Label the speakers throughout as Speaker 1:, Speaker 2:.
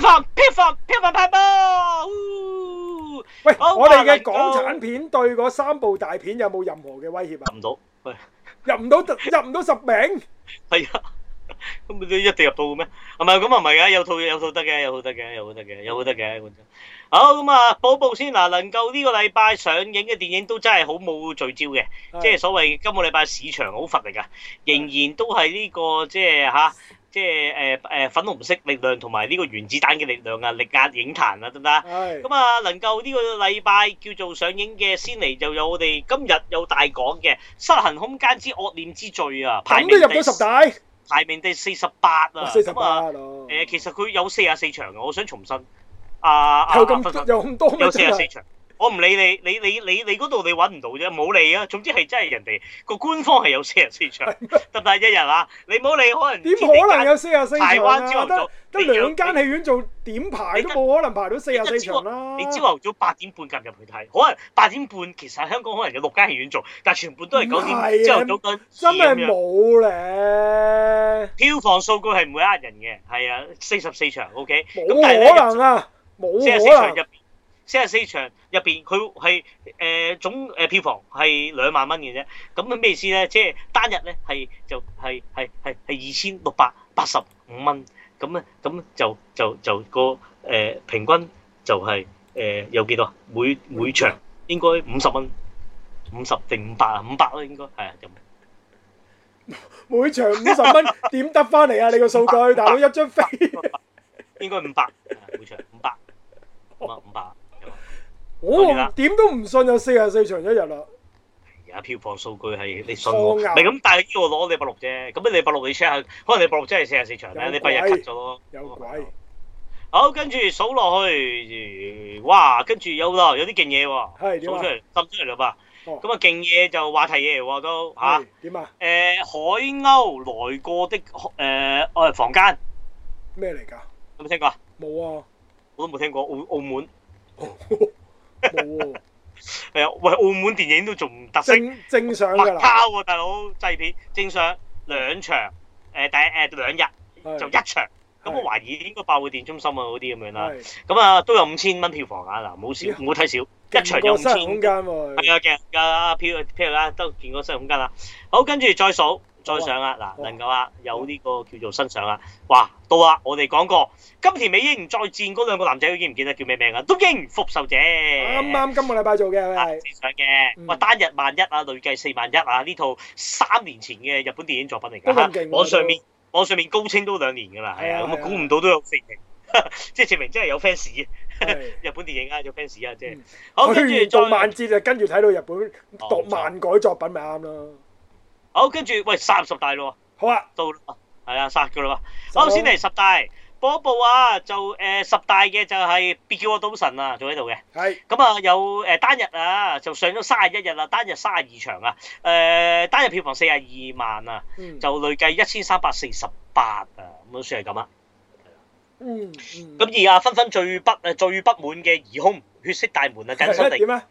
Speaker 1: 房票房票房派波，呜
Speaker 2: 喂，
Speaker 1: 好
Speaker 2: 我哋
Speaker 1: 話嚟
Speaker 2: 嘅港產片對嗰三部大片有冇任何嘅威脅 啊？
Speaker 1: 入唔到，喂，
Speaker 2: 入唔到入唔到十名，
Speaker 1: 係啊，咁你一定入到嘅咩？係咪咁啊？唔係嘅，有套有套得嘅，有套得嘅，有套得嘅，有套得嘅。本身好咁啊，報報先嗱，能夠呢個禮拜上映嘅電影都真係好冇聚焦嘅。即係所謂今個禮拜市場好乏力㗎，仍然都係呢、個即係吓，即係誒誒粉紅色力量同埋呢個原子彈嘅力量啊，力壓影壇啊，得唔得啊？
Speaker 2: 係
Speaker 1: 咁啊，能夠呢個禮拜叫做上映嘅先嚟，就有我哋今日有大講嘅《失衡空間之惡念之罪》啊，排
Speaker 2: 咁
Speaker 1: 名
Speaker 2: 都入
Speaker 1: 第
Speaker 2: 到十大，
Speaker 1: 排名第四十八啊，
Speaker 2: 四十
Speaker 1: 咁啊
Speaker 2: 八咯。
Speaker 1: 誒，其實佢有四十四場嘅，我想重申啊啊，
Speaker 2: 有
Speaker 1: 啊
Speaker 2: 咁
Speaker 1: 分
Speaker 2: 多
Speaker 1: 分
Speaker 2: 有咁多啊咩
Speaker 1: 有四
Speaker 2: 真
Speaker 1: 十四
Speaker 2: 係？
Speaker 1: 場。我唔理你，你你你你嗰度你揾唔到啫，冇理啊。總之係真係人哋個官方係有四十四場，得唔得？一日啊，你冇理可能
Speaker 2: 點
Speaker 1: 天地
Speaker 2: 可能
Speaker 1: 間
Speaker 2: 有四十四
Speaker 1: 柴
Speaker 2: 場
Speaker 1: 灣朝
Speaker 2: 啊？
Speaker 1: 頭早
Speaker 2: 得得兩間戲院做點排都冇可能排到四十四場啦。
Speaker 1: 你朝頭早八點半入入去睇，可能八點半其實香港可能有六間戲院做，但係全部都係九
Speaker 2: 唔係
Speaker 1: 點
Speaker 2: 啊
Speaker 1: 朝頭早九
Speaker 2: 真
Speaker 1: 點二
Speaker 2: 係
Speaker 1: 咁樣。
Speaker 2: 冇咧，
Speaker 1: 票房數據係唔會呃人嘅，係啊，四十四場 OK。咁但係咧
Speaker 2: 冇可能啊，冇
Speaker 1: 四十四場
Speaker 2: 可
Speaker 1: 入
Speaker 2: 能。
Speaker 1: 邊，四十四場入邊佢係誒總誒票房係兩萬蚊嘅啫。咁咩意思咧？即係單日咧係就係係係係二千六百八十五蚊。咁咧咁就就就個誒、呃平均就係、誒、有幾多啊？每每場應該五十蚊。五十定五百啊，五百啦應該係啊，就
Speaker 2: 每場五十蚊 點得翻嚟啊？你個數據，大佬一張飛。
Speaker 1: 應該五百，係啊每場五百，五百五百。有啊
Speaker 2: 我唔哦點都唔信啊有四十四場一日啦。
Speaker 1: 而家票房數據係你信我，唔
Speaker 2: 錯㗎
Speaker 1: 係咁，但係呢個攞禮拜六啫。咁你禮拜六你 check 下，可能禮拜六真係四十四場咧，
Speaker 2: 有
Speaker 1: 禮拜日
Speaker 2: 鬼
Speaker 1: cut 咗哦咯。
Speaker 2: 有鬼！
Speaker 1: 好，跟住數落去，哇！跟住有啦，有啲勁嘢喎，
Speaker 2: 係
Speaker 1: 數
Speaker 2: 點啊
Speaker 1: 出嚟，滲出嚟啦嘛。
Speaker 2: 哦
Speaker 1: 咁啊，勁嘢就話題嘢嚟喎都嚇。
Speaker 2: 係點啊？
Speaker 1: 誒，海鷗來過的誒誒房間
Speaker 2: 咩嚟㗎？
Speaker 1: 有冇聽過啊？
Speaker 2: 冇 啊！
Speaker 1: 我都冇聽過，澳澳門
Speaker 2: 冇喎，
Speaker 1: 係啊，喂，澳門電影都仲特色。
Speaker 2: 正正常
Speaker 1: 麥
Speaker 2: 㗎
Speaker 1: 交
Speaker 2: 啦。
Speaker 1: 喎，大佬製片正常兩場，誒第誒兩日
Speaker 2: 係
Speaker 1: 就一場，咁
Speaker 2: 係
Speaker 1: 我懷疑應該爆會電中心啊嗰啲咁樣啦，
Speaker 2: 係
Speaker 1: 咁啊都有五千蚊票房啊嗱，冇少
Speaker 2: 咦
Speaker 1: 冇睇少，一場
Speaker 2: 勁
Speaker 1: 有五
Speaker 2: 過失空
Speaker 1: 千，
Speaker 2: 間喎。
Speaker 1: 係啊嘅啊票票啦，都見過新空間啦，好跟住再數再上啦嗱，
Speaker 2: 好啊
Speaker 1: 能夠啊有呢個叫做新上啦，哇到啦，我哋講過金田美英再戰嗰兩個男仔，已經唔記得叫咩名啊，都英復仇者
Speaker 2: 啱啊啱今個禮拜做嘅佢
Speaker 1: 啊
Speaker 2: 係。
Speaker 1: 正常嘅，
Speaker 2: 嗯
Speaker 1: 哇單日萬一啊，累計四萬一啊，呢套三年前嘅日本電影作品嚟
Speaker 2: 都
Speaker 1: 㗎，
Speaker 2: 咁勁喎
Speaker 1: 嚇網上面網上面高清都兩年㗎啦，係
Speaker 2: 係
Speaker 1: 啊，
Speaker 2: 啊
Speaker 1: 咁
Speaker 2: 係
Speaker 1: 啊
Speaker 2: 啊
Speaker 1: 估唔到都有四年， 即係證明真係有 fans，
Speaker 2: 係
Speaker 1: 日本電影啊有 fans 啊，即係
Speaker 2: 嗯
Speaker 1: 好跟
Speaker 2: 去
Speaker 1: 住
Speaker 2: 完做
Speaker 1: 再
Speaker 2: 萬節就跟住睇到日本
Speaker 1: 哦
Speaker 2: 讀漫改作品咪啱咯。
Speaker 1: 好跟住喂三十大咯，
Speaker 2: 好啊，
Speaker 1: 到啦，係啊殺㗎啦嘛，好先嚟十大。播一部啊，就誒、呃十大嘅就係別叫我賭神啊，做喺度嘅。
Speaker 2: 係
Speaker 1: 咁啊，有誒單日啊，就上咗三十一日啦，單日三十二場啊，誒、單日票房四十二萬啊，
Speaker 2: 嗯
Speaker 1: 就累計一千三百四十八啊，咁都算係咁啦。
Speaker 2: 嗯咁
Speaker 1: 咁而啊，紛紛最不誒最不滿嘅疑兇血色大門啊，緊守 第
Speaker 2: 點啊？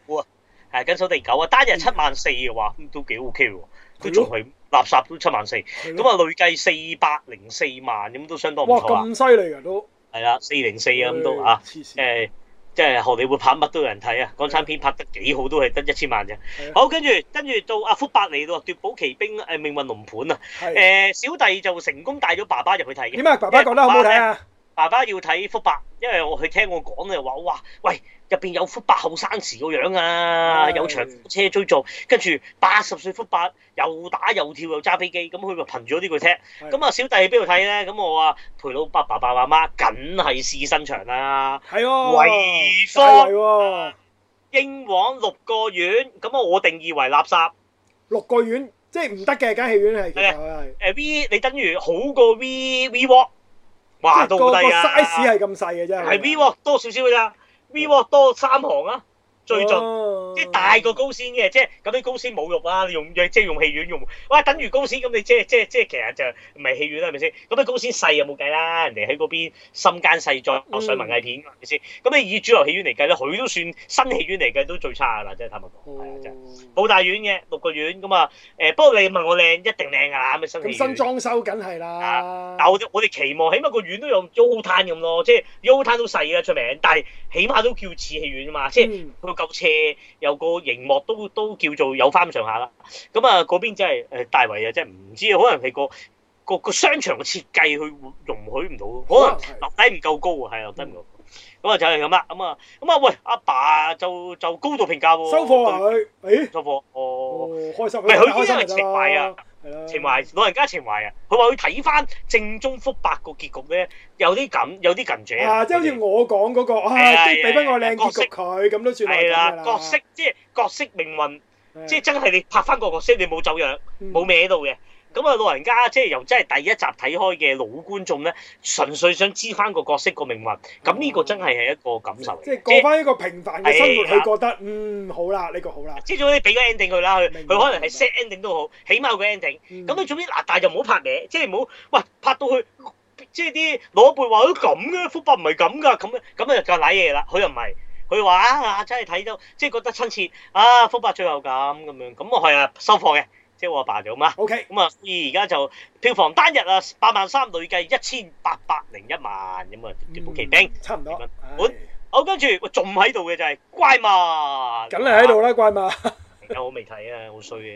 Speaker 1: 係緊守第九啊，單日七萬四嘅話，咁都幾 OK 喎，都仲係垃圾都七萬四，咁
Speaker 2: 咁啊，
Speaker 1: 啊累計四百零四萬，咁都相當唔
Speaker 2: 哇
Speaker 1: 錯啊，
Speaker 2: 咁犀利㗎都。
Speaker 1: 係啦，四零四啊咁都
Speaker 2: 唉
Speaker 1: 啊，，
Speaker 2: 黐線
Speaker 1: 誒即係荷里活拍乜都有人睇啊，港產片拍得幾好都係得一千萬啫
Speaker 2: 係啊。
Speaker 1: 好，跟住跟住到阿福伯嚟到啊奪寶奇兵誒命運龍盤啊，
Speaker 2: 係
Speaker 1: 誒小弟就成功帶咗爸爸入去睇嘅。
Speaker 2: 點啊？爸爸講得好唔好睇啊？
Speaker 1: 爸爸要睇福伯，因為我佢聽我講咧話，哇，喂，入邊有福伯後生時個樣啊，
Speaker 2: 唉
Speaker 1: 有長車追逐，跟住八十歲福伯又打又跳又揸飛機，咁佢咪憑咗呢句聽。
Speaker 2: 係
Speaker 1: 咁啊，小弟喺邊度睇咧？咁我話陪老伯爸爸媽媽，梗係試身場啦。
Speaker 2: 係喎，
Speaker 1: 維
Speaker 2: 大
Speaker 1: 方
Speaker 2: 圍喎，
Speaker 1: 英皇六個院，咁啊，我定義為垃圾。
Speaker 2: 六個院即係唔得嘅間戲院係其
Speaker 1: 啊
Speaker 2: 實佢係，
Speaker 1: 誒 V 你等於好過 V V Walk，
Speaker 2: 即
Speaker 1: 哇
Speaker 2: 係
Speaker 1: 都
Speaker 2: 個
Speaker 1: 好
Speaker 2: 個
Speaker 1: 低㗎。啊
Speaker 2: size 係咁細嘅啫。
Speaker 1: 係 V Walk 多少少㗎咋？V Walk 多三行啊，最盡。
Speaker 2: 哦
Speaker 1: 即係大過高先嘅，即係咁啲高先冇用啦，用即係用戲院用，哇等於高先咁你即係即係即係其實就唔係戲院啦，係咪先？咁你高先細又冇計啦，人哋喺嗰邊深間細作上文藝片，係咪先？咁你以主流戲院嚟計咧，佢都算新戲院嚟計都最差啦，真係坦白
Speaker 2: 哦
Speaker 1: 講，係啊真係。冇大院嘅六個院咁啊，誒不過你問我靚一定靚㗎啦，咁嘅新戲
Speaker 2: 咁
Speaker 1: 院
Speaker 2: 新裝修梗係啦，
Speaker 1: 啊但我哋我哋期望起碼個院都有 U 灘咁咯，即係 U 灘都細嘅出名，但係起碼都叫似戲院啊嘛，即係
Speaker 2: 嗯
Speaker 1: 佢夠斜，有個熒幕都都叫做有翻咁上下啦。咁啊嗰邊真係誒大圍啊，真係唔知可能係個個個商場嘅設計佢容許唔到，可能
Speaker 2: 可能係
Speaker 1: 樓底唔夠高啊，係啊樓底唔夠高。咁啊就係咁啦，咁啊咁啊喂，阿爸就就高度評價喎，
Speaker 2: 收貨啊佢，誒，
Speaker 1: 收貨哦。
Speaker 2: 哦開心，
Speaker 1: 唔係佢
Speaker 2: 開心
Speaker 1: 因為
Speaker 2: 就得
Speaker 1: 情懷
Speaker 2: 啦
Speaker 1: 啊，
Speaker 2: 係啦，
Speaker 1: 情懷，老人家情懷啊！佢話佢睇翻正宗福伯個結局咧，有啲咁，有啲近者
Speaker 2: 啊，即係好似我講嗰個，
Speaker 1: 係啊
Speaker 2: 啊，即係俾翻個靚
Speaker 1: 角
Speaker 2: 結
Speaker 1: 色
Speaker 2: 局佢，咁都算係
Speaker 1: 係
Speaker 2: 咁㗎
Speaker 1: 啦，角色即係角色命運，
Speaker 2: 係
Speaker 1: 即係真係你拍翻個角色，你冇走樣，
Speaker 2: 嗯
Speaker 1: 冇歪到嘅。咁啊，老人家即係由真係第一集睇開嘅老觀眾咧，純粹想知翻個角色個命運。咁呢個真係係一個感受嚟
Speaker 2: 即係
Speaker 1: 嘅，
Speaker 2: 過
Speaker 1: 即係
Speaker 2: 翻一個平凡嘅生活，
Speaker 1: 係啦啊
Speaker 2: 佢覺得嗯好啦，呢個好啦，
Speaker 1: 即係總之俾個 ending 佢啦，佢
Speaker 2: 明白
Speaker 1: 佢可能係 set ending 都好，起碼有個 ending。
Speaker 2: 嗯
Speaker 1: 咁你總之嗱，但係就唔好拍嘢，即係唔好喂拍到佢，即係啲攞背話都咁嘅，福伯唔係咁噶，咁咁就就賴嘢啦。佢又唔係，佢話啊真係睇到，即係覺得親切啊，福伯最後咁咁樣，咁我係啊收貨嘅，即係我阿爸就咁啊。
Speaker 2: OK，
Speaker 1: 咁啊，所以而家就票房單日啊，八萬三累計一千八百零一萬咁啊，奪寶奇兵。
Speaker 2: 嗯差唔多，
Speaker 1: 本
Speaker 2: 唉
Speaker 1: 好，跟住喂仲喺度嘅就係怪物，
Speaker 2: 梗係喺度啦，怪物。
Speaker 1: 有我未睇啊，好衰啊！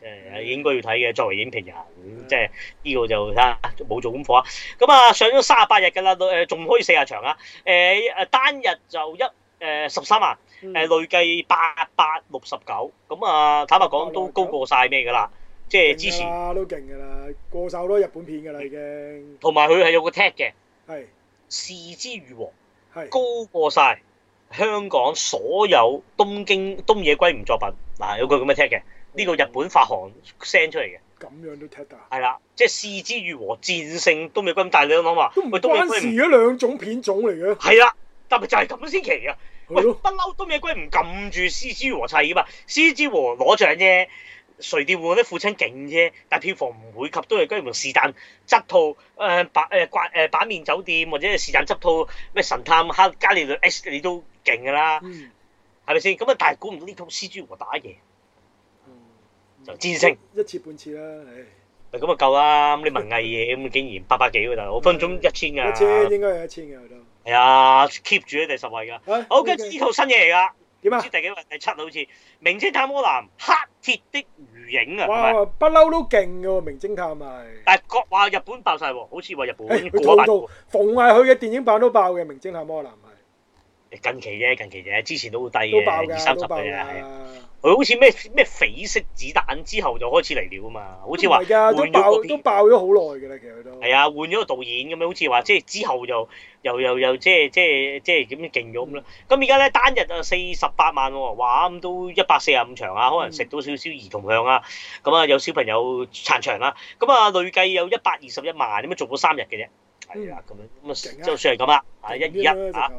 Speaker 1: 真係應該要睇嘅，作為影評人，即係呢個就睇下冇做功課啊。咁啊，上咗三十八日㗎啦，誒仲可以四十場啊。誒誒單日就一誒十三萬，誒
Speaker 2: 嗯
Speaker 1: 累計八百六十九。咁啊，坦白講都高過晒咩㗎啦，即係之
Speaker 2: 勁㗎啊
Speaker 1: 前。
Speaker 2: 啦都勁㗎啦，過晒好多日本片㗎啦已經，
Speaker 1: 同埋佢係有個 tag 嘅，
Speaker 2: 係
Speaker 1: 視之如王，
Speaker 2: 係
Speaker 1: 高過晒香港所有東京東野圭吾作品。嗱，有個咁嘅 tag 嘅，呢個日本發行 send 出嚟嘅。
Speaker 2: 咁樣都踢得啊，
Speaker 1: 係啦，即係視之如和戰勝東美軍，但係你諗諗話，
Speaker 2: 都唔
Speaker 1: 喂東美
Speaker 2: 關事
Speaker 1: 軍唔
Speaker 2: 嘅兩種片種嚟嘅，
Speaker 1: 係啦，但係就係咁先奇啊！
Speaker 2: 係
Speaker 1: 喂，
Speaker 2: 咯
Speaker 1: 不嬲東美軍唔撳住獅之和砌啊嘛，獅之和攞獎啫，垂釣換啲父親勁啫，但係票房唔會及東美軍同是但執套誒版誒掛誒版面酒店或者係是但執套咩神探哈加利略 X 你都勁㗎啦，
Speaker 2: 嗯，
Speaker 1: 係咪先？咁啊，但係估唔到呢套獅之和打贏
Speaker 2: 嗯
Speaker 1: 就戰勝。
Speaker 2: 一次半次啦，唉，
Speaker 1: 咪咁啊夠啦！咁你文藝嘢咁啊竟然八百幾喎大佬，分鐘一千㗎。
Speaker 2: 一千應該係一千嘅都，
Speaker 1: 係啊，keep 住喺第十位㗎。
Speaker 2: 啊
Speaker 1: 好，跟住呢套新嘢嚟㗎，
Speaker 2: 點
Speaker 1: 唔
Speaker 2: 啊
Speaker 1: 知？第幾位？第七啦好似《名偵探柯南》黑鐵的魚影啊，係咪？
Speaker 2: 哇，不嬲都勁嘅喎，名偵探係。
Speaker 1: 但係國話日本爆晒喎，好似話日本
Speaker 2: 誒，
Speaker 1: 過一百
Speaker 2: 佢套套逢係佢嘅電影版都爆嘅，《名偵探柯南》係
Speaker 1: 近期啫，近期啫，之前都好低
Speaker 2: 都爆
Speaker 1: 嘅，二三
Speaker 2: 㗎，
Speaker 1: 十
Speaker 2: 都爆
Speaker 1: 嘅啫。
Speaker 2: 㗎。
Speaker 1: 係啊佢好似咩咩緋色子彈之後就開始嚟了啊嘛，好似話
Speaker 2: 唔係㗎，都
Speaker 1: 換咗
Speaker 2: 爆
Speaker 1: 個
Speaker 2: 都
Speaker 1: 編
Speaker 2: 爆咗好耐㗎啦，其實佢都。
Speaker 1: 係啊，換咗個導演咁樣，好似話即係之後就又又又即係即係即係咁樣勁咗咁啦。咁而家咧單日啊四十八萬喎，哇咁都一百四十五場啊，可能食到少少兒童向啊，咁啊有小朋友撐場啦，咁啊累計有一百二十一萬，咁啊做咗三日嘅啫。係啊，咁樣咁
Speaker 2: 勁啊
Speaker 1: 啊，就算係咁啦，啊一
Speaker 2: 勁
Speaker 1: 二
Speaker 2: 啲啦
Speaker 1: 一
Speaker 2: 直頭
Speaker 1: 啊，
Speaker 2: 係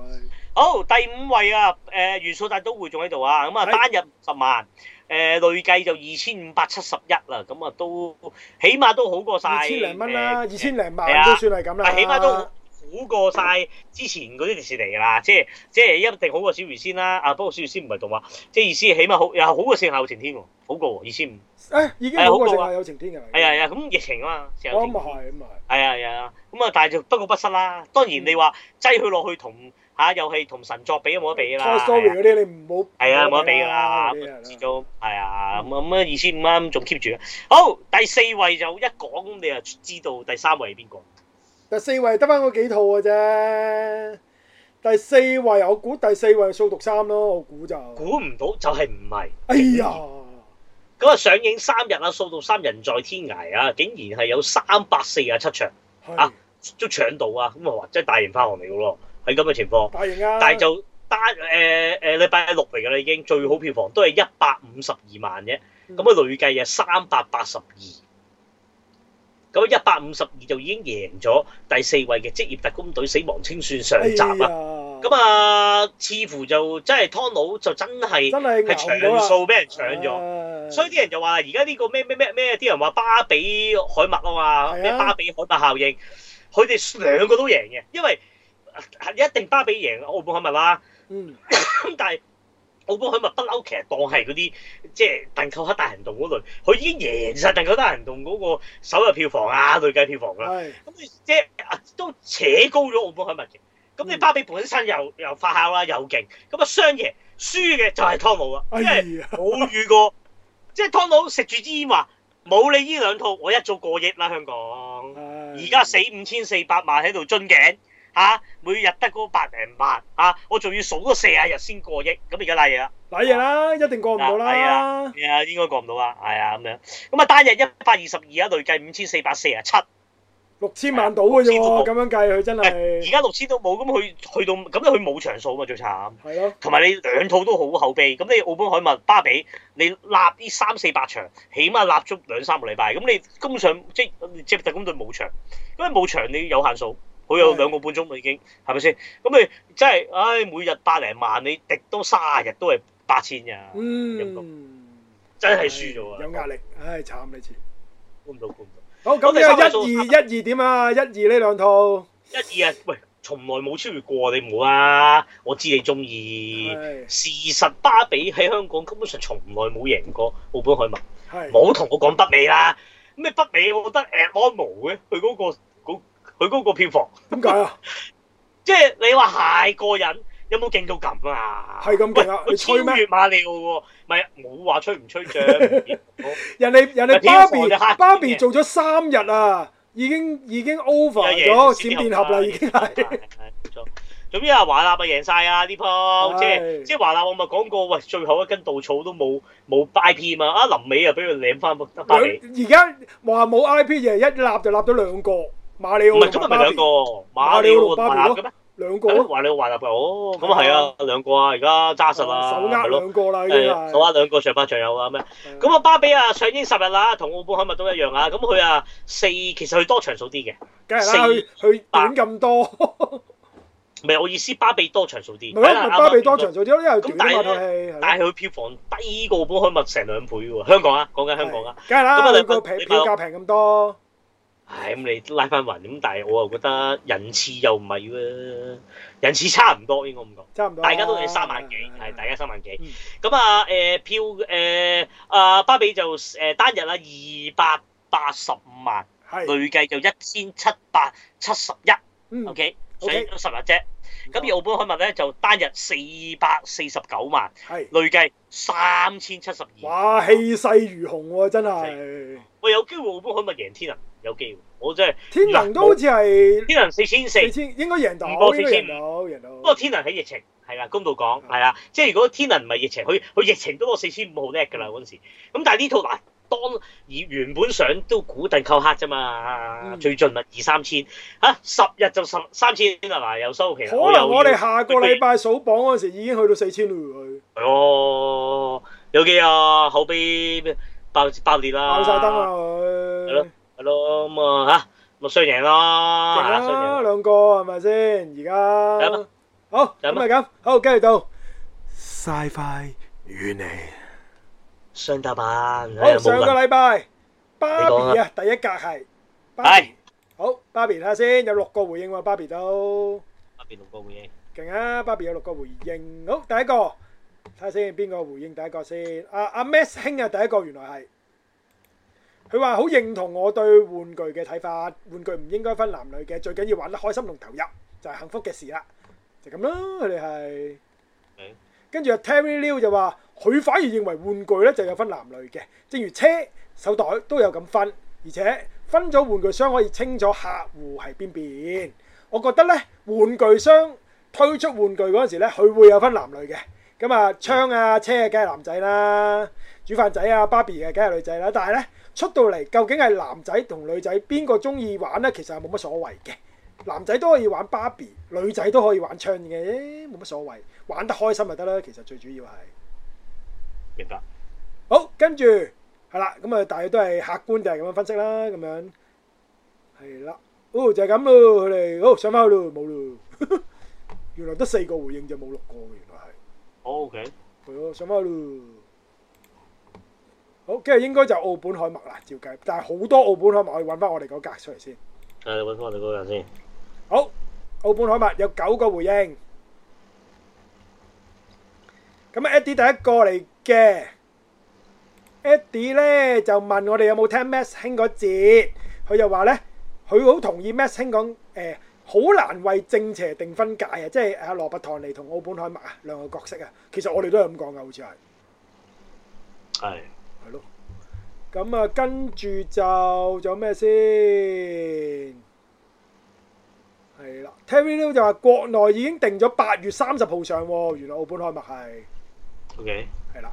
Speaker 1: 好第五位啊，誒元素大都會仲喺度啊，咁啊單
Speaker 2: 係
Speaker 1: 日十萬，誒累計就二千五百七十一啦，咁啊都起碼都好過晒
Speaker 2: 二千零蚊啦，
Speaker 1: 誒
Speaker 2: 二千零
Speaker 1: 係
Speaker 2: 萬
Speaker 1: 啊
Speaker 2: 都算係咁啦。
Speaker 1: 但起碼都好過晒之前嗰啲迪士尼㗎啦，即係即係一定好過小魚仙啦。啊，不過小魚仙唔係動畫，即係意思起碼好又好過《聖後晴天》喎，好過喎二千五。
Speaker 2: 誒，已經
Speaker 1: 係啊
Speaker 2: 好過
Speaker 1: 好
Speaker 2: 《盛
Speaker 1: 過啊
Speaker 2: 夏有晴天》㗎啦。
Speaker 1: 係啊係啊，咁疫情啊嘛，聖
Speaker 2: 我
Speaker 1: 後
Speaker 2: 咁
Speaker 1: 晴
Speaker 2: 咪
Speaker 1: 天。
Speaker 2: 係咁咪
Speaker 1: 係
Speaker 2: 係。
Speaker 1: 嗯啊係啊，咁啊但係就不過不失啦。當然你話擠佢落去同嚇又係同神作比啊都冇得比
Speaker 2: Toy
Speaker 1: 啦。
Speaker 2: Story 嗰啲你唔好。
Speaker 1: 係啊，冇得比㗎啦，
Speaker 2: 嗰啲
Speaker 1: 咁
Speaker 2: 係
Speaker 1: 啊始終係啊，咁咁啊二千五蚊仲 keep 住啊。好，第四位就一講你就知道第三位係邊個。
Speaker 2: 第四位得翻嗰幾套嘅啫。第四位我估第四位數讀三咯，我估就。
Speaker 1: 估唔到就係唔係。
Speaker 2: 哎呀！
Speaker 1: 咁啊上映三日啊，數到三人在天涯啊，竟然係有三百四啊七場，
Speaker 2: 係
Speaker 1: 啊都搶到啊！咁啊，哇真係大型發行嚟嘅咯，喺咁嘅情況，
Speaker 2: 大型啊！
Speaker 1: 但係就單誒誒禮拜六嚟㗎啦，已經最好票房都係一百五十二萬啫，
Speaker 2: 嗯
Speaker 1: 咁啊累計啊三百八十二，咁啊一百五十二就已經贏咗第四位嘅職業特工隊死亡清算上集
Speaker 2: 哎
Speaker 1: 啦，
Speaker 2: 呀！
Speaker 1: 咁啊，似乎就真係湯佬就真係
Speaker 2: 真係
Speaker 1: 係
Speaker 2: 捱唔到
Speaker 1: 長
Speaker 2: 啦
Speaker 1: 數俾人搶咗。
Speaker 2: 咗
Speaker 1: 所以啲人就話而家呢個咩咩咩咩，啲人話巴比海默啊嘛，
Speaker 2: 係啊
Speaker 1: 咩巴比海默效應，佢哋兩個都贏嘅，因為啊一定巴比贏澳本海默啦。
Speaker 2: 嗯
Speaker 1: 咁但係澳本海默不嬲，其實當係嗰啲即係鄧寇克大行動嗰類，佢已經贏晒鄧寇克大行動嗰個首日票房啊、累計票房㗎啦。
Speaker 2: 係
Speaker 1: 咁你即係啊都扯高咗澳本海默嘅。咁你
Speaker 2: 嗯
Speaker 1: 巴比本身又又發酵啦，又勁，咁啊雙贏，輸嘅就係湯姆啊啦，
Speaker 2: 哎
Speaker 1: 因為。
Speaker 2: 呀
Speaker 1: 冇遇過，即係湯佬食住支煙話冇你呢兩套，我一早過億啦香港，而家死五千四百萬喺度樽頸嚇、啊每日得嗰百零萬嚇、啊我仲要數多四啊日先過億，咁而家賴嘢啦，
Speaker 2: 瀨嘢啦，一定過唔到
Speaker 1: 係
Speaker 2: 啦，
Speaker 1: 係啊應該過唔到啦，係啊咁樣，咁啊單日一百二十二啊，累計五千四百四啊七，
Speaker 2: 六千萬到嘅
Speaker 1: 六
Speaker 2: 啫
Speaker 1: 千
Speaker 2: 喎，
Speaker 1: 都冇
Speaker 2: 咁樣計佢真
Speaker 1: 而
Speaker 2: 係
Speaker 1: 家六千都冇，咁佢去到咁佢冇場數嘛最慘。
Speaker 2: 係咯，
Speaker 1: 同埋你兩套都好口碑，咁你澳本海默巴比，你立呢三四百場，起碼立足兩三個禮拜，咁你根本上即即特工隊冇場，因為冇場你有限數，佢有
Speaker 2: 係
Speaker 1: 兩個半鐘啦已經，係咪先？咁你真係，唉，每日百零萬，你滴多卅日都係八千咋，陰公
Speaker 2: 嗯，
Speaker 1: 真係輸咗啊！
Speaker 2: 有壓力，唉慘你次。
Speaker 1: 估唔到，估唔到。
Speaker 2: 好，咁
Speaker 1: 我哋
Speaker 2: 呢個
Speaker 1: 收
Speaker 2: 一
Speaker 1: 數
Speaker 2: 二一二點啊，一二呢兩套
Speaker 1: 一二啊，喂，從來冇超越過你唔好啊！我知你中意。
Speaker 2: 係
Speaker 1: 事實巴比喺香港根本上從來冇贏過澳本海默。
Speaker 2: 係
Speaker 1: 冇同我講北美啦，咩北美我覺得誒 normal 嘅，佢嗰、個嗰佢嗰個票房，
Speaker 2: 點解啊？
Speaker 1: 即係你話係過癮，有冇勁到咁啊？
Speaker 2: 係咁勁啊
Speaker 1: 喂佢
Speaker 2: 你
Speaker 1: 超
Speaker 2: 吹咩
Speaker 1: 越馬里奧喎，咪冇話吹唔吹 漲，唔見到
Speaker 2: 人哋人哋
Speaker 1: 咪票
Speaker 2: 芭比
Speaker 1: 房就嚇
Speaker 2: 芭比做咗三日啊，已經已經 over 咗閃電俠
Speaker 1: ờ,
Speaker 2: 啦，已經係。
Speaker 1: 係冇錯總之啊，華納咪贏晒啊呢鋪，即係即係華納我咪講過，喂，最後一根稻草都冇冇 IP 嘛，啊臨尾啊俾佢舐翻巴比。
Speaker 2: 兩而家話冇 I P 就係一立就立咗兩個馬里
Speaker 1: 唔係咁
Speaker 2: 奧
Speaker 1: 咪
Speaker 2: 同
Speaker 1: 咪
Speaker 2: 埋
Speaker 1: 兩個馬
Speaker 2: 芭
Speaker 1: 里奧同華
Speaker 2: 馬里奧同芭比
Speaker 1: 納
Speaker 2: 咯
Speaker 1: 嘅咩？
Speaker 2: 比兩個
Speaker 1: 咁
Speaker 2: 咯，
Speaker 1: 話你話啦，哦，咁啊係啊，兩個啊，而家揸
Speaker 2: 啊手
Speaker 1: 實啦，
Speaker 2: 握
Speaker 1: 係咯，
Speaker 2: 兩個啦已經
Speaker 1: 誒，手
Speaker 2: 係。
Speaker 1: 握兩個上班仲有啊咩？
Speaker 2: 係
Speaker 1: 咁啊，巴比啊上映十日啦，同澳本海默都一樣啊。咁佢啊四，其實佢多場數啲嘅，
Speaker 2: 梗係啦，佢佢短咁多，唔
Speaker 1: 唔係我意思，巴比多場數啲，
Speaker 2: 係咯，咪芭比多
Speaker 1: 啱啱
Speaker 2: 場做啲，因為
Speaker 1: 咁
Speaker 2: 短
Speaker 1: 但係
Speaker 2: 啊嘛
Speaker 1: 呢
Speaker 2: 套戲係咯。
Speaker 1: 但係佢票房低過澳本海默成兩倍喎，香港啊，講緊香港啊，
Speaker 2: 係，梗係
Speaker 1: 咁
Speaker 2: 啦，
Speaker 1: 啊
Speaker 2: 兩個
Speaker 1: 你
Speaker 2: 平
Speaker 1: 你
Speaker 2: 票價平咁多，
Speaker 1: 唉，咁你拉翻勻咁，但係我又覺得人次又唔係喎，人次差唔多應該咁講。
Speaker 2: 差唔多啦。
Speaker 1: 大家都係三萬幾，係大
Speaker 2: 家
Speaker 1: 家三萬幾
Speaker 2: 嗯。
Speaker 1: 咁啊誒票誒啊巴比就誒單日啦二百八十五萬，
Speaker 2: 係
Speaker 1: 累計就一千七百七十一
Speaker 2: 嗯
Speaker 1: ，OK，上
Speaker 2: OK 嗯
Speaker 1: 映咗十日啫。咁而
Speaker 2: 又
Speaker 1: 澳本海默咧就單日四百四十九萬，
Speaker 2: 係
Speaker 1: 累計三千七十二。
Speaker 2: 哇氣勢如虹喎，真係
Speaker 1: 喂，有機會澳本海默贏天能，啊有機會。我真係
Speaker 2: 天能都好似係
Speaker 1: 天能四千四，
Speaker 2: 四千，應該贏到，
Speaker 1: 五波
Speaker 2: 應
Speaker 1: 四
Speaker 2: 該
Speaker 1: 千五
Speaker 2: 贏到，贏
Speaker 1: 不過
Speaker 2: 到。
Speaker 1: 啊天能喺疫情，係啦，公道
Speaker 2: 嗯
Speaker 1: 講係啦，即係如果天能唔係疫情，佢佢疫情都攞四千五好叻㗎
Speaker 2: 嗯
Speaker 1: 啦嗰陣時。咁但係呢套嗱，當而原本想都估定扣黑啫嘛，
Speaker 2: 嗯
Speaker 1: 最盡咪二三千嚇，十日就十三千啦嗱，又收期啦。
Speaker 2: 可能我哋
Speaker 1: 又要
Speaker 2: 下個禮拜數榜嗰陣時已經去到四千嘞佢。
Speaker 1: 係喎，哎有幾啊口碑爆爆裂啦，
Speaker 2: 爆晒燈啊啦
Speaker 1: 係咯啊
Speaker 2: 佢，
Speaker 1: 係咯咁啊嚇，咪雙贏啦，係啦
Speaker 2: 勁啊
Speaker 1: 雙贏
Speaker 2: 啦
Speaker 1: 啦。
Speaker 2: 兩個係咪先？而
Speaker 1: 係啊
Speaker 2: 家
Speaker 1: 啦
Speaker 2: 好
Speaker 1: 係啦
Speaker 2: 咁咪咁，好跟住到 Sci-Fi 與你。
Speaker 1: 雙打版，
Speaker 2: 好
Speaker 1: 係
Speaker 2: 上個
Speaker 1: 冇
Speaker 2: 禮拜芭
Speaker 1: 講
Speaker 2: 比
Speaker 1: 啦
Speaker 2: 啊，第一格係芭
Speaker 1: 係
Speaker 2: 比。好芭比睇下先，有六個回應喎，芭比都
Speaker 1: 邊六個嘢？
Speaker 2: 勁啊！芭比有六個回應，好第一個睇下先，邊個回應第一個先？阿阿 Max 兄啊，第一個原來係。佢話好認同我對玩具嘅睇法，玩具唔應該分男女嘅，最緊要玩得開心同投入就係、幸福嘅事啦，就咁啦，佢哋係
Speaker 1: 嗯。
Speaker 2: 跟住阿 Terry Liu 就話，佢反而認為玩具咧就有分男女嘅，正如車、手袋都有咁分，而且分咗玩具商可以清楚客戶係邊邊。我覺得咧，玩具商推出玩具嗰陣時咧，佢會有分男女嘅。咁啊，槍啊、車啊，梗係男仔啦；煮飯仔啊、芭比啊，梗係女仔啦。但係咧，出到嚟究竟係男仔同女仔邊個中意玩咧？其實係冇乜所謂嘅。男仔都可以玩芭比，女仔都可以玩槍嘅，冇乜所謂。玩得開心就得啦。其實最主要係
Speaker 1: 明白。
Speaker 2: 好，跟住係啦。咁啊，大約都係客觀就係咁樣分析啦。咁樣係啦。哦，就係咁咯。佢哋好上翻去咯，冇咯。原來得四個回應就冇六個嘅，原來係。
Speaker 1: O K，
Speaker 2: 係咯，上翻咯。好，跟住應該就澳本海默啦，照計。但係好多澳本海默，我哋揾翻我哋嗰格出嚟先。
Speaker 1: 誒，你揾翻我哋嗰個先。
Speaker 2: 好，澳本海默有九個回應。咁啊，Eddie 第一個嚟嘅，Eddie 咧就問我哋有冇聽 Max 兄嗰節，佢就話咧，佢好同意 Max 兄講誒，好、難為正邪定分界啊，即係阿羅伯唐尼同澳本海默啊兩個角色啊，其實我哋都係咁講噶，好似係。
Speaker 1: 係。
Speaker 2: 係咯。咁啊，跟住就仲有咩先？係啦，Terry Liu 就話國內已經定咗八月三十號上喎，原來澳本開幕係
Speaker 1: O K。
Speaker 2: 係啦。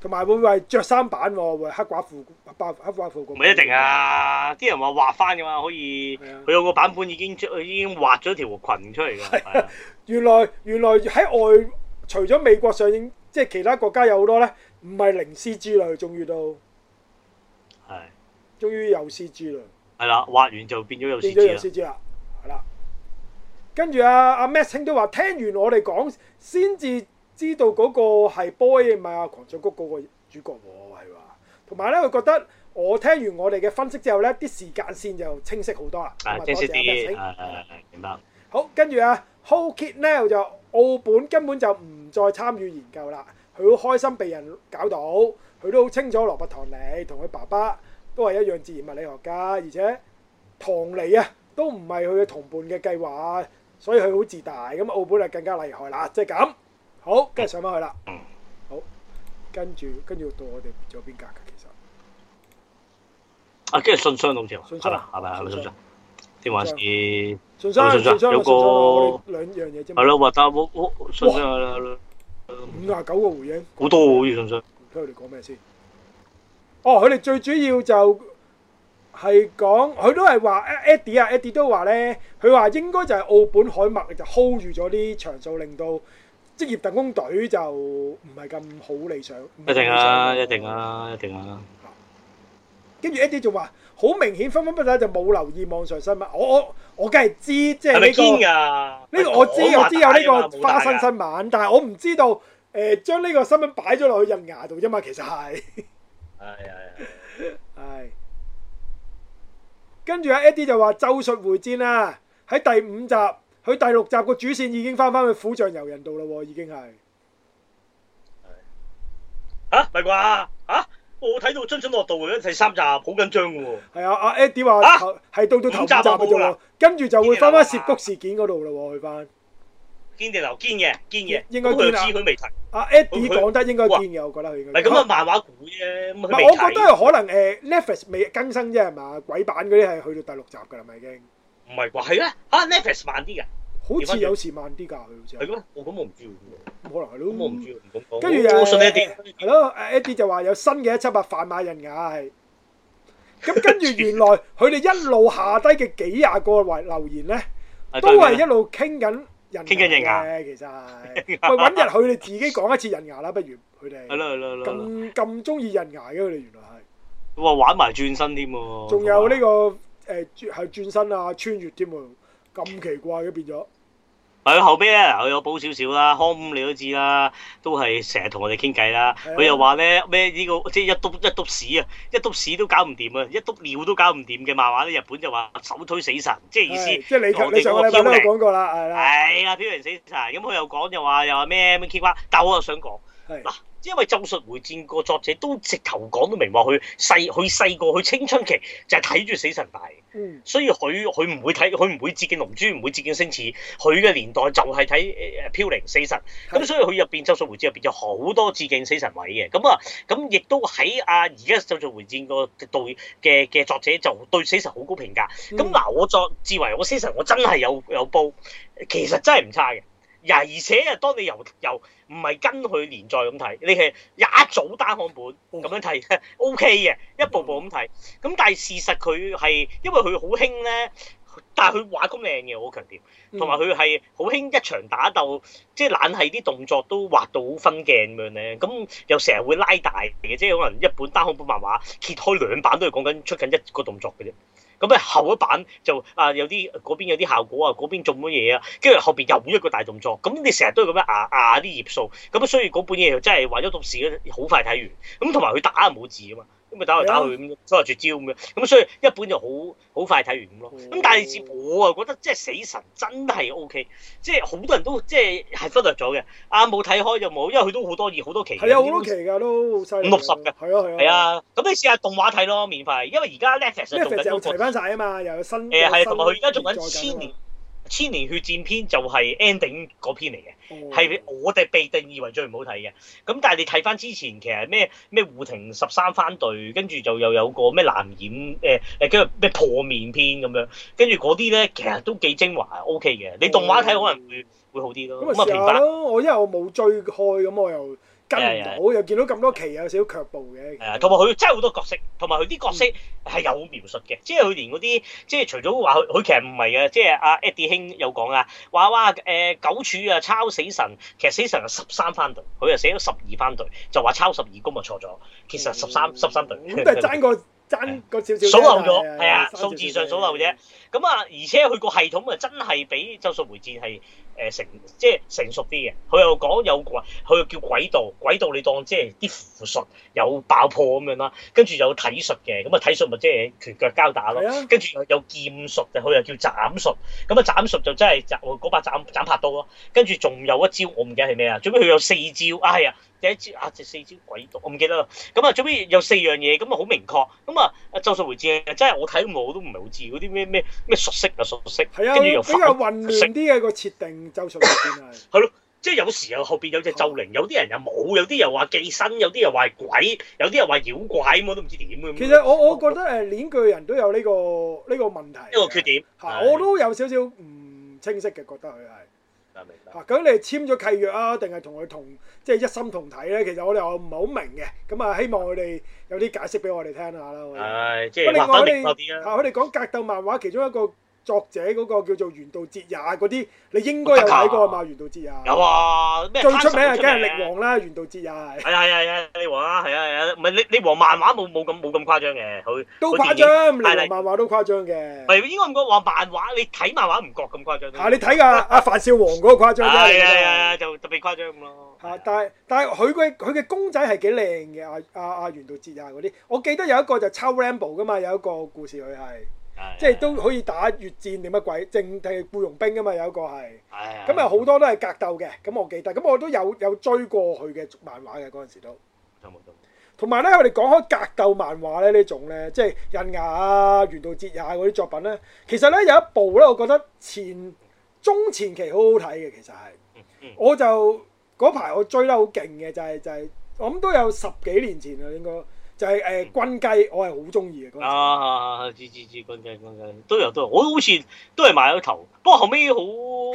Speaker 2: 同埋會唔會係着衫版喎？會係黑寡婦白黑寡婦咁？
Speaker 1: 唔一定！啊！啲人話畫翻噶嘛，可以
Speaker 2: 係啊
Speaker 1: 佢有個版本已經將已經畫咗條裙出嚟㗎。係啊
Speaker 2: 原來原來喺外除咗美國上映，即係其他國家有好多咧，唔係零 CG 啦，終於都
Speaker 1: 係
Speaker 2: 終於有 CG 啦。
Speaker 1: 係啦，畫完就變咗有啊
Speaker 2: 變咗
Speaker 1: CG
Speaker 2: 有
Speaker 1: 啦。
Speaker 2: 先知啦，係啦。跟住啊，阿 Max 兄都話聽完我哋講先至知道嗰個係 boy 唔係阿狂雀谷嗰個主角喎，係話。同埋咧，佢覺得我聽完我哋嘅分析之後咧，啲時間線就清晰好多啦。咁
Speaker 1: 係
Speaker 2: 啊
Speaker 1: 清晰
Speaker 2: 多謝阿 Max
Speaker 1: 啲，係
Speaker 2: 兄
Speaker 1: 係係係明白。
Speaker 2: 好，跟住啊，Whole Kid Now 就澳本根本就唔再參與研究啦，佢好開心被人搞到，佢都好清楚羅伯唐尼同佢爸爸都係一樣自然物理學家，而且唐尼啊都唔係佢嘅同伴嘅計劃，所以佢好自大，咁澳本就更加厲害啦，即係咁。好，跟住上翻去啦
Speaker 1: 嗯。
Speaker 2: 好，跟住跟住到我哋仲有邊格㗎？其實
Speaker 1: 啊，跟住信箱好似話
Speaker 2: 信
Speaker 1: 係
Speaker 2: 箱
Speaker 1: 咪係咪係咪
Speaker 2: 信
Speaker 1: 信
Speaker 2: 箱
Speaker 1: 箱？定還是
Speaker 2: 信
Speaker 1: 係
Speaker 2: 信箱，
Speaker 1: 信箱
Speaker 2: 信箱，信箱
Speaker 1: 有個
Speaker 2: 我哋兩樣嘢啫嘛。
Speaker 1: 咯？畫得好好信箱係啦
Speaker 2: 五廿九個回應。
Speaker 1: 好多喎，好似信箱。
Speaker 2: 睇佢哋講咩先。哦，佢哋最主要就係講，佢都係話 Eddie 啊，Eddie 都話咧，佢話應該就係澳本海默就 hold 住咗啲場數，令到職業特工隊就唔係咁好理想。唔
Speaker 1: 一
Speaker 2: 係咁
Speaker 1: 定
Speaker 2: 理想
Speaker 1: 啊！一定！啊！一定啊！
Speaker 2: 跟住 Eddie 仲話，好明顯分分不打就冇留意網上新聞。我我我梗係知，即係
Speaker 1: 係咪
Speaker 2: 呢
Speaker 1: 堅
Speaker 2: 個。
Speaker 1: 㗎？
Speaker 2: 呢個我知，
Speaker 1: 講話
Speaker 2: 我知有呢個
Speaker 1: 大
Speaker 2: 花
Speaker 1: 㗎
Speaker 2: 生
Speaker 1: 嘛
Speaker 2: 新聞，但係我唔知道誒、呃、將呢個新聞擺咗落去印牙度啫嘛，其實係。
Speaker 1: 冇打㗎。係係係。
Speaker 2: 係。跟住阿 Eddie 就話《咒術回戰》啦，喺第五集，佢第六集個主線已經翻翻去虎象遊人度啦喎，已經係。
Speaker 1: 嚇咪啩嚇？我睇到津津樂道嘅第三集，好緊張嘅喎。
Speaker 2: 係啊，阿 Eddie
Speaker 1: 啊
Speaker 2: 話頭係到到頭
Speaker 1: 五
Speaker 2: 五
Speaker 1: 集
Speaker 2: 集
Speaker 1: 就
Speaker 2: 嘅
Speaker 1: 冇
Speaker 2: 啫
Speaker 1: 啦
Speaker 2: 喎，跟住就會翻翻
Speaker 1: 堅
Speaker 2: 涉
Speaker 1: 啊
Speaker 2: 谷事件嗰度啦喎，去翻。
Speaker 1: 堅定流堅嘅，堅嘅，
Speaker 2: 應該
Speaker 1: 咁佢就
Speaker 2: 堅啊
Speaker 1: 知佢未睇，
Speaker 2: 阿
Speaker 1: 佢
Speaker 2: Eddie
Speaker 1: 佢
Speaker 2: 講得應該
Speaker 1: 哇
Speaker 2: 堅嘅，我覺得佢應
Speaker 1: 唔
Speaker 2: 該。
Speaker 1: 係咁啊，漫畫估啫，咁
Speaker 2: 唔
Speaker 1: 佢
Speaker 2: 係，
Speaker 1: 未
Speaker 2: 我覺得
Speaker 1: 睇，
Speaker 2: 可能誒、Netflix 未更新啫係嘛，鬼版嗰啲係去到第六集㗎啦嘛已經，
Speaker 1: 唔係啩？係咩？啊 Netflix 慢啲㗎，
Speaker 2: 好似有時慢啲㗎，佢好似
Speaker 1: 係
Speaker 2: 係
Speaker 1: 嘅咩？我咁我唔知喎，咁
Speaker 2: 可能係咯。
Speaker 1: 我唔知喎，唔敢講。
Speaker 2: 跟住又
Speaker 1: 我信你一啲，
Speaker 2: 係咯阿，Eddie 就話有新嘅一輯啊，販賣人牙係。咁 跟住原來佢哋一路下低嘅幾廿個話留言咧，
Speaker 1: 啊
Speaker 2: 都係一
Speaker 1: 對
Speaker 2: 路傾緊人
Speaker 1: 傾緊人牙
Speaker 2: 嘅，其 實係。喂，揾日佢哋自己講一次人牙啦，不如佢哋。
Speaker 1: 係啦係啦係啦係啦，
Speaker 2: 咁咁中意人牙嘅佢哋原來係。
Speaker 1: 哇玩埋轉身添喎，
Speaker 2: 仲有呢個
Speaker 1: 啊
Speaker 2: 誒轉係轉身啊，穿越添喎，咁奇怪嘅變咗。
Speaker 1: 係後尾咧，佢有補少少啦，康五你都知啦，都係成日同我哋傾偈啦。
Speaker 2: 係啊
Speaker 1: 佢又話咧咩呢個即係一篤一篤屎啊，一篤屎都搞唔掂啊，一篤尿都搞唔掂嘅漫畫咧，日本就話手推死神，即係意
Speaker 2: 係
Speaker 1: 思
Speaker 2: 即係你
Speaker 1: 我
Speaker 2: 頭
Speaker 1: 哋
Speaker 2: 你
Speaker 1: 嗰
Speaker 2: 上
Speaker 1: 個
Speaker 2: 個禮拜都有
Speaker 1: 飄零
Speaker 2: 講過啦，係啦，
Speaker 1: 係啦，飄零死神。咁佢又講又話又話咩咩 K 瓜，但我又想講。
Speaker 2: 係
Speaker 1: 嗱，因為《咒術回戰》個作者都直頭講到明話，佢細佢細個佢青春期就係睇住死神大嘅，
Speaker 2: 嗯
Speaker 1: 所以佢佢唔會睇，佢唔會致敬龍珠，唔會致敬星矢，佢嘅年代就係睇誒誒飄零死神，咁
Speaker 2: 係
Speaker 1: 所以佢入邊《咒術回戰》入邊有好多致敬死神位嘅，咁啊咁亦都喺啊而家《咒術回戰》個導嘅嘅作者就對死神好高評價。咁
Speaker 2: 嗯
Speaker 1: 嗱，我作自為我死神，我真係有有煲，其實真係唔差嘅。而且啊，當你由由唔係跟佢連載咁睇，你係一早單行本咁樣睇 ，OK 嘅，一步步咁睇。咁但係事實佢係因為佢好興咧，但係佢畫工靚嘅，我強調。
Speaker 2: 嗯
Speaker 1: 同埋佢係好興一場打鬥，即係懶係啲動作都畫到好分鏡咁樣咧，咁又成日會拉大嘅，即係可能一本單行本漫畫揭開兩版都係講緊出緊一個動作嘅啫，咁咧後一版就啊有啲嗰邊有啲效果啊，嗰邊中咗嘢啊，跟住後邊又一個大動作，咁你成日都係咁樣壓壓啲頁數，咁所以嗰本嘢就真係為咗讀時咧，好快睇完，咁同埋佢打冇字啊嘛。咁咪打嚟打去咁，所謂絕招咁樣，咁所以一本就好好快睇完咁咯。
Speaker 2: 嗯
Speaker 1: 咁但係我啊覺得即係死神真係 O K，即係好多人都即係係忽略咗嘅。啊冇睇開就冇，因為佢都好多頁好多期嘅。
Speaker 2: 係啊，好多期㗎都好犀利。
Speaker 1: 五六十㗎
Speaker 2: 係咯係啊。
Speaker 1: 係，啊，咁你試下動畫睇咯，免費，因為而家 Netflix 就做緊
Speaker 2: 咩 f 又
Speaker 1: 嗰
Speaker 2: 齊
Speaker 1: 個。
Speaker 2: 翻晒啊嘛，又有新。
Speaker 1: 誒係，
Speaker 2: 有新
Speaker 1: 同埋佢而家做緊
Speaker 2: 連載
Speaker 1: 千
Speaker 2: 緊啊嘛
Speaker 1: 年千年血戰篇就係 ending 嗰篇嚟嘅，
Speaker 2: 哦
Speaker 1: 係我哋被定義為最唔好睇嘅。咁但係你睇翻之前其實咩咩護庭十三番隊，跟住就又有個咩藍染誒誒，跟住咩破面篇咁樣，跟住嗰啲咧其實都幾精華，OK 嘅。你動畫睇可能會會好啲咯。
Speaker 2: 咁
Speaker 1: 咁
Speaker 2: 咪
Speaker 1: 啊
Speaker 2: 試
Speaker 1: 平
Speaker 2: 下
Speaker 1: 凡
Speaker 2: 咯，我因為我冇追開，咁我又跟
Speaker 1: 係
Speaker 2: 唔
Speaker 1: 係
Speaker 2: 到，
Speaker 1: 係
Speaker 2: 又見到咁多期，有少少卻步嘅。
Speaker 1: 係啊，同埋佢真係好多角色，同埋佢啲角
Speaker 2: 嗯
Speaker 1: 色係有描述嘅，即係佢連嗰啲即係除咗話佢佢其實唔係嘅，即係阿 Eddie 兄有講啊，話哇誒九柱啊抄死神，其實死神係十三番隊，佢又寫咗十二番隊，就話抄十二宮啊錯咗，其實十三十三隊。
Speaker 2: 嗯咁都係 爭個爭個少少啫。
Speaker 1: 數漏咗，
Speaker 2: 但
Speaker 1: 係啊，
Speaker 2: 爭
Speaker 1: 數字上
Speaker 2: 少
Speaker 1: 數
Speaker 2: 少
Speaker 1: 漏啫。。咁啊，而且佢個系統啊，真係比《咒術回戰》係誒成即係成熟啲嘅。佢又講有鬼，佢又叫軌道，軌道你當即係啲符術有爆破咁樣啦，跟住有體術嘅，咁啊體術咪即係拳腳交打咯
Speaker 2: 係啊，
Speaker 1: 跟住有劍術就佢又叫斬術，咁啊斬術就真係斬嗰把斬斬拍刀咯，跟住仲有一招我唔記得係咩啊，最尾佢有四招啊係啊。第一招啊，就四招鬼道，我唔記得啦。咁啊，最尾有四樣嘢，咁啊好明確。咁啊，《咒術回戰》真係我睇我都唔係好知嗰啲咩咩咩熟悉啊熟悉，
Speaker 2: 係啊，
Speaker 1: 跟住又
Speaker 2: 比較
Speaker 1: 反
Speaker 2: 混亂啲嘅個設定，周術嗰邊係。
Speaker 1: 即係有時又後邊有隻咒靈，有啲人又冇，有啲又話寄生，有啲又話係鬼，有啲又話妖怪，咁我都唔知點咁。
Speaker 2: 其實我我覺得誒鏈鋸人都有呢個呢個問題。
Speaker 1: 呢個缺點，
Speaker 2: 嚇，我都有少少唔清晰嘅，覺得佢係。
Speaker 1: 明白
Speaker 2: 啊，咁你係簽咗契約啊，定係同佢同即係一心同體咧？其實我哋又唔係好明嘅，咁啊希望佢哋有啲解釋俾我哋聽下啦。我哋
Speaker 1: 唉，即
Speaker 2: 不過
Speaker 1: 係
Speaker 2: 另
Speaker 1: 畫
Speaker 2: 外
Speaker 1: 翻
Speaker 2: 佢
Speaker 1: 明
Speaker 2: 哋
Speaker 1: 確啲啦。
Speaker 2: 啊，佢哋講格鬥漫畫其中一個作者嗰個叫做原道哲也嗰啲，你應該有睇過啊嘛？原道哲也
Speaker 1: 有啊，咩
Speaker 2: 最出
Speaker 1: 攤
Speaker 2: 名係
Speaker 1: 神
Speaker 2: 梗係力王啦，原道哲也係
Speaker 1: 係啊係啊係啊，力王啊係啊係啊，唔係力力王漫畫冇冇咁冇咁誇張嘅，佢
Speaker 2: 都
Speaker 1: 個電
Speaker 2: 誇
Speaker 1: 影
Speaker 2: 張，力
Speaker 1: 係
Speaker 2: 王漫畫都誇張
Speaker 1: 唔
Speaker 2: 嘅。
Speaker 1: 係應該唔講話漫畫，你睇漫畫唔覺咁誇張。啊
Speaker 2: 嚇你睇㗎，阿樊少皇嗰個誇張啫。你
Speaker 1: 係
Speaker 2: 覺
Speaker 1: 啊
Speaker 2: 得
Speaker 1: 係啊，就特別誇張咁咯。
Speaker 2: 嚇！啊但係但係佢嘅佢嘅公仔係幾靚嘅，阿阿阿袁道哲啊嗰啲，我記得有一個就抽 Rambo 噶嘛，有一個故事佢係，
Speaker 1: 啊係
Speaker 2: 即係都可以打越戰定乜鬼，淨係僱傭兵噶嘛，有一個係，
Speaker 1: 係
Speaker 2: 咁啊好多都係格鬥嘅，咁我記得，咁我都有有追過佢嘅漫畫嘅嗰陣時都，
Speaker 1: 就冇到。
Speaker 2: 同埋咧我哋講開格鬥漫畫咧呢種咧，即係刃牙啊、袁道哲啊嗰啲作品咧，其實咧有一部咧，我覺得前中前期好好睇嘅，其實係。
Speaker 1: 嗯嗯
Speaker 2: 我就嗰排我追得好勁嘅就係、就係、我諗都有十幾年前啦，應該就係、誒、
Speaker 1: 嗯
Speaker 2: 軍雞，我係好中意嘅嗰陣時。
Speaker 1: 啊，知知知，講緊講緊都有都有，我好似都係買咗頭，不過後尾好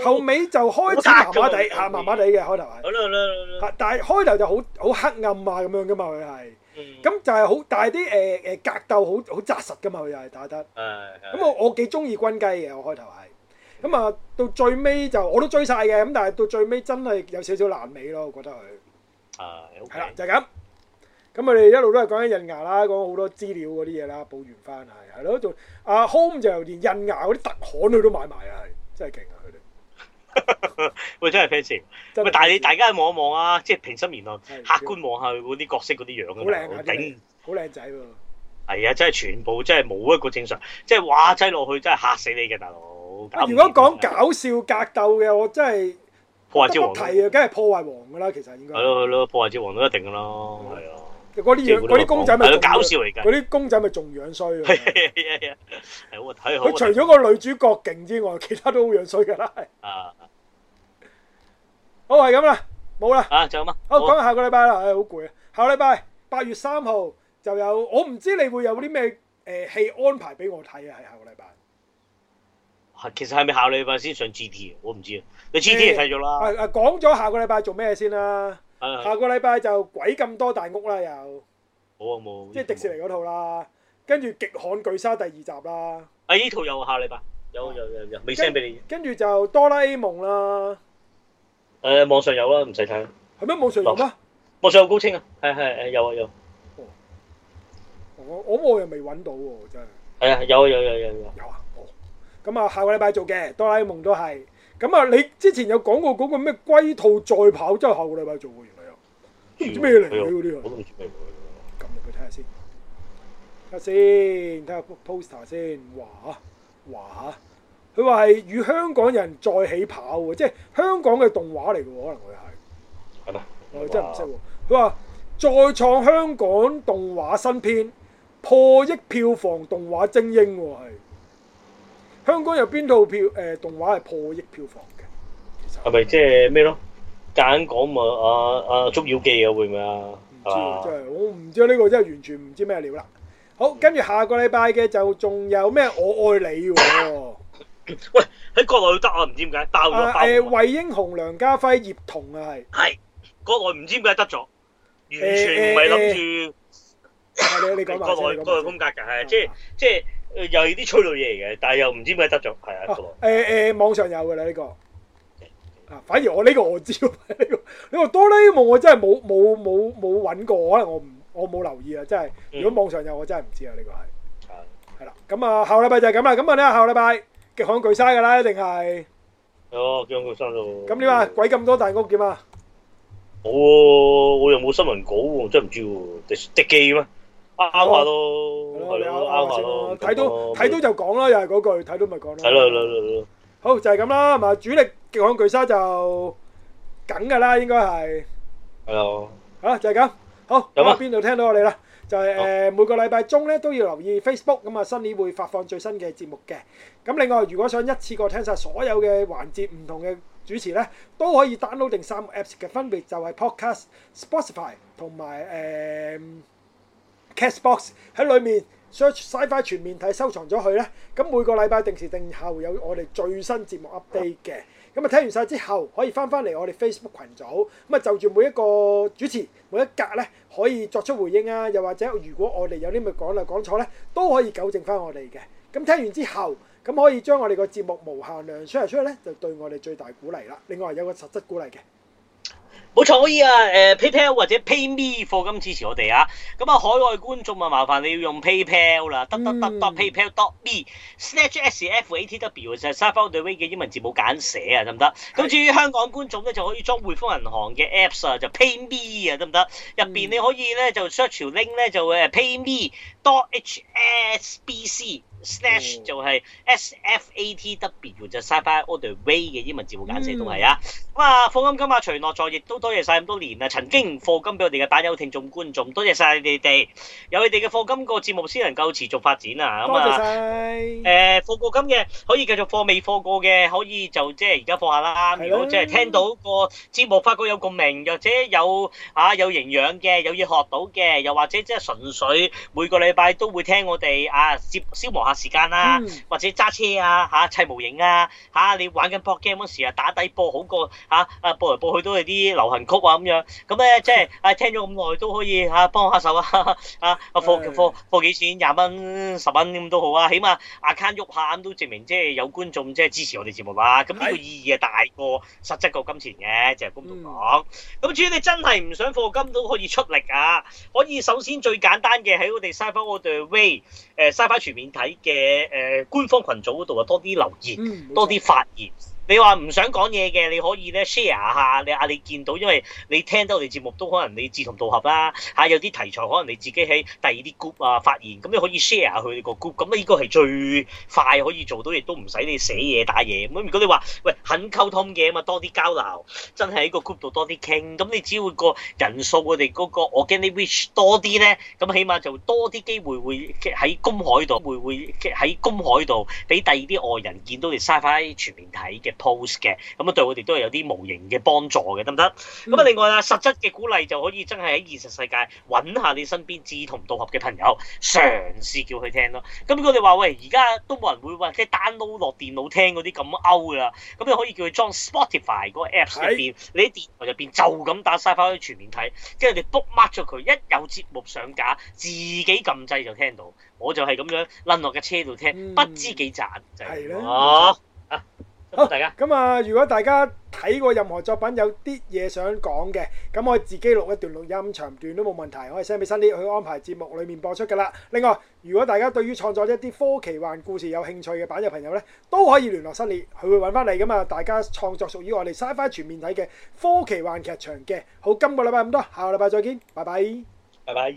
Speaker 2: 後尾就開始麻麻
Speaker 1: 啊
Speaker 2: 地嚇，麻麻地嘅開頭
Speaker 1: 好
Speaker 2: 係
Speaker 1: 啦好啦好啦，
Speaker 2: 嚇，但係開頭就好好黑暗啊咁樣噶嘛，佢係
Speaker 1: 咁
Speaker 2: 咁就係好，但係啲誒誒格鬥好好扎實噶嘛，佢又係打得。
Speaker 1: 嗯
Speaker 2: 咁
Speaker 1: 咁
Speaker 2: 我我幾中意軍雞嘅，我開頭係咁啊，到最尾就我都追晒嘅，咁但係到最尾真係有少少爛尾咯，我覺得佢。
Speaker 1: 啊係
Speaker 2: 係啦
Speaker 1: OK，，
Speaker 2: 就係咁。咁我哋一路都係講緊印牙啦，講好多資料嗰啲嘢啦，補完翻係係咯。啊仲阿 Home 就連印牙嗰啲特刊佢都買埋啊，係真係勁啊！佢哋
Speaker 1: 喂真係 fans，
Speaker 2: 真係
Speaker 1: 喂但係你大家望一望啊，即係平心而論，
Speaker 2: 係
Speaker 1: 客觀望下佢嗰啲角色嗰啲樣啊
Speaker 2: 好靚啊
Speaker 1: 嘛，
Speaker 2: 真係
Speaker 1: 頂。
Speaker 2: 好靚仔喎，
Speaker 1: 係啊，真係全部真係冇一個正常，即係哇擠落去真係嚇死你嘅大佬。搞唔掂
Speaker 2: 啊
Speaker 1: 啊
Speaker 2: 如果講搞笑格鬥嘅，我真係
Speaker 1: 破壞之
Speaker 2: 得
Speaker 1: 王
Speaker 2: 不
Speaker 1: 咯，
Speaker 2: 提
Speaker 1: 係
Speaker 2: 啊，梗係破壞王噶啦，其實應該
Speaker 1: 咯係咯，破壞之王都一定嘅咯，係啊。
Speaker 2: 嗰啲樣嗰啲公仔咪
Speaker 1: 係咯
Speaker 2: 仲
Speaker 1: 搞笑嚟㗎
Speaker 2: 嗰啲公仔咪仲樣衰啊。
Speaker 1: 係啊係好睇好。
Speaker 2: 佢除咗個女主角勁之外，其他都好樣衰㗎啦。係
Speaker 1: 啊
Speaker 2: 好係咁啦，冇啦。
Speaker 1: 啊，仲有乜？
Speaker 2: 好，講下下個禮拜啦，唉，好攰啊！下個禮拜八月三號就有，我唔知你會有啲咩誒戲安排俾我睇啊！係下個禮拜。
Speaker 1: 係啊其實係咪下禮拜先上 G T 我唔知啊。啊你 G T 睇咗
Speaker 2: 啊
Speaker 1: 啦，
Speaker 2: 啊，講咗下個禮拜做咩先啦？
Speaker 1: 係
Speaker 2: 下個禮拜就鬼咁多大屋啦，又
Speaker 1: 冇啊冇。
Speaker 2: 即係迪士尼嗰套啦，跟住《極悍巨鯊》第二集啦，
Speaker 1: 啊，呢套有下禮拜有有有有，未 send 俾你。
Speaker 2: 跟住就《哆啦 A 夢》啦，
Speaker 1: 誒網上有啦，唔使睇。
Speaker 2: 係咩冇上有
Speaker 1: 哦
Speaker 2: 咩？
Speaker 1: 網上有高清啊，係係係有啊有。
Speaker 2: 我我我又未揾到喎，真係。
Speaker 1: 係啊，有有有有有，
Speaker 2: 有啊，冇。咁啊，下個禮拜做嘅哆啦 A 夢都係。咁啊，你之前有講過嗰個咩龜兔再跑，真係下個禮拜做喎，原來有。都唔知 咩嚟嘅嗰啲啊
Speaker 1: 我都唔知咩嚟嘅。
Speaker 2: 撳入去睇下先，睇下先，睇下 poster 先。哇哇，佢話係與香港人再起跑喎，即係香港嘅動畫嚟嘅喎，可能佢係。
Speaker 1: 係咩？
Speaker 2: 我哦真係唔識喎。佢話再創香港動畫新篇，破億票房動畫精英喎係。香港有邊套票誒、呃、動畫係破億票房嘅？其實
Speaker 1: 係咪即係咩咯？夾硬講咪啊啊捉妖記啊會唔會啊？
Speaker 2: 唔知喎，真
Speaker 1: 係嘛？
Speaker 2: 係我唔知呢、個真係完全唔知咩料啦。好，跟住下個禮拜嘅就仲有咩 我愛你喎、
Speaker 1: 喂，喺國內得啊，唔知點解爆
Speaker 2: 啊
Speaker 1: 咗爆
Speaker 2: 誒，
Speaker 1: 咗。
Speaker 2: 惠英紅、梁家輝、葉童啊，係
Speaker 1: 係國內唔知點解得咗，完全唔係諗住
Speaker 2: 啊你你講埋
Speaker 1: 國
Speaker 2: 先，
Speaker 1: 內
Speaker 2: 你
Speaker 1: 國
Speaker 2: 講
Speaker 1: 內風
Speaker 2: 埋
Speaker 1: 格㗎，係
Speaker 2: 先。
Speaker 1: 即係即係呃又係啲催淚嘢嚟嘅，但係又唔知點解得咗，係啊
Speaker 2: 啊
Speaker 1: 國內。
Speaker 2: 誒誒，網上有㗎啦呢個。啊，反而我呢個我知喎，呢、個你話哆啦 A 夢我真係冇冇冇冇揾過，可能我唔我冇留意啊，真係。
Speaker 1: 嗯
Speaker 2: 如果網上有我真係唔知啊，呢、個
Speaker 1: 係
Speaker 2: 係係啦。咁啊，下個禮拜就係咁啦。咁啊，呢下個禮拜極罕巨嘥㗎啦，一定係。
Speaker 1: 哦，姜國生度。
Speaker 2: 咁點啊？鬼咁多蛋屋點啊？
Speaker 1: 冇喎，我又冇新聞稿喎，真係唔知喎。迪迪記咩？啱下咯，
Speaker 2: 係咯，你
Speaker 1: 係
Speaker 2: 拗
Speaker 1: 咯，
Speaker 2: 拗
Speaker 1: 啱
Speaker 2: 下
Speaker 1: 下
Speaker 2: 先
Speaker 1: 咯
Speaker 2: 咯。。睇到
Speaker 1: 咁啊
Speaker 2: 睇到就講啦，又係嗰句，睇到咪講啦。
Speaker 1: 係咯係咯係咯。
Speaker 2: 好就係咁啦，嘛主力極罕巨鯊就梗㗎啦，應該係。
Speaker 1: 係咯，
Speaker 2: 好啊啦，就係咁。好，
Speaker 1: 咁
Speaker 2: 咁
Speaker 1: 啊
Speaker 2: 啊，邊度聽到我哋啦？就係、誒、每個禮拜中咧都要留意 Facebook，咁啊新年會發放最新嘅節目嘅。咁另外，如果想一次過聽晒所有嘅環節唔同嘅主持咧，都可以 download 定三個 Apps 嘅，分別就係 Podcast、Spotify 同埋誒。Cashbox 喺裏面 search Sci-Fi 全面睇收藏咗佢咧，咁每個禮拜定時定候有我哋最新節目 update 嘅。咁啊聽完晒之後，可以翻翻嚟我哋 Facebook 群組，咁啊就住每一個主持每一格咧，可以作出回應啊，又或者如果我哋有啲咪講啦講錯咧，都可以糾正翻我哋嘅。咁聽完之後，咁可以將我哋個節目無限量 share 出去咧，就對我哋最大鼓勵啦。另外有個實質鼓勵嘅。
Speaker 1: 冇錯可以啊！誒 PayPal 或者 PayMe 課金支持我哋啊！咁啊，海外觀眾啊，麻煩你要用 PayPal 啦得得得得 PayPal dot me slash s E f a t w 就係 s a f o u t h e way 嘅英文字母簡寫啊，得唔得？咁至於香港觀眾咧，就可以裝匯豐銀行嘅 Apps 啊，就 PayMe 啊，得唔得？入邊你可以咧就 search 條 link 咧就誒 PayMe dot hsbc slash
Speaker 2: 哦
Speaker 1: 就係 SFATW 就 Sci-Fi All The Way 嘅英文
Speaker 2: 嗯
Speaker 1: 字母簡寫都係啊。咁啊，課金金啊，徐樂助亦都多謝晒咁多年啊，曾經課金俾我哋嘅版友聽眾觀眾，多謝晒你哋，有你哋嘅課金個節目先能夠持續發展啊。咁
Speaker 2: 多謝
Speaker 1: 啊。
Speaker 2: 晒。
Speaker 1: 誒課過金嘅可以繼續課，未課過嘅可以就即係而家課下啦。
Speaker 2: 係咯
Speaker 1: 如果即係聽到個節目發覺有共鳴，又或者有啊有營養嘅，有嘢學到嘅，又或者即係純粹每個禮拜都會聽我哋啊消消磨下時間啦。
Speaker 2: 嗯
Speaker 1: 或者揸車啊嚇、砌模型啊嚇、你玩緊 p o game 嗰時啊打底波好過嚇啊播嚟播去都係啲流行曲啊咁樣，咁咧即係啊聽咗咁耐都可以嚇、幫下手啊 啊啊課
Speaker 2: 唉
Speaker 1: 課課幾錢廿蚊十蚊咁都好啊，起碼 account 喐下咁都證明即係有觀眾即係支持我哋節目啦，咁呢個
Speaker 2: 係
Speaker 1: 意義係大過實質個金錢嘅，就係公道講。咁至於你真係唔想課金都可以出力啊，可以首先最簡單嘅喺我哋 Sci-Fi All The Way。誒 Sci-Fi 全面睇嘅誒官方群組嗰度啊，多啲留言，
Speaker 2: 嗯，冇錯
Speaker 1: 多啲發言。你話唔想講嘢嘅，你可以咧 share 下你啊，你見到，因為你聽到我哋節目都可能你志同道合啦，嚇、有啲題材可能你自己喺第二啲 group 啊發言，咁你可以 share 下佢哋個 group，咁呢個係最快可以做到，亦都唔使你寫嘢打嘢。咁如果你話喂肯溝通嘅嘛，多啲交流，真係喺個 group 度多啲傾，咁你只要個人數我哋嗰個 organic reach 多啲咧，咁起碼就多啲機會會喺公海度，會會喺公海度俾第二啲外人見到你 Sci-Fi 全面睇嘅 post 嘅，咁啊對我哋都係有啲無形嘅幫助嘅，得唔得？咁啊，另外啦，實質嘅鼓勵就可以真係喺現實世界揾下你身邊志同道合嘅朋友，嘗試叫佢聽咯。咁如果你話喂，而家都冇人會話即係 download 落電腦聽嗰啲咁 out 㗎啦，咁你可以叫佢裝 Spotify 嗰個 apps 入邊，你喺電台入邊就咁打 Sci-Fi 全面睇，跟住你 book mark 咗佢，一有節目上架，自己撳掣就聽到。我就係咁樣攆落架車度聽，
Speaker 2: 嗯
Speaker 1: 不知幾賺就係
Speaker 2: 係
Speaker 1: 咁哦咯。
Speaker 2: 啦
Speaker 1: 啊，咁大家
Speaker 2: 咁啊，如果大家睇睇過任何作品有啲嘢想講嘅，咁我自己錄一段錄音長段都冇問題，我係 send 俾新啲去安排節目裡面播出㗎啦。另外，如果大家對於創作一啲科奇幻故事有興趣嘅版友朋友呢，都可以聯絡新列，佢會揾翻你咁啊！大家創作屬於我哋 Sci-Fi 全面睇嘅科奇幻劇場嘅。好，今個禮拜咁多，下個禮拜再見，拜拜。
Speaker 1: 拜拜。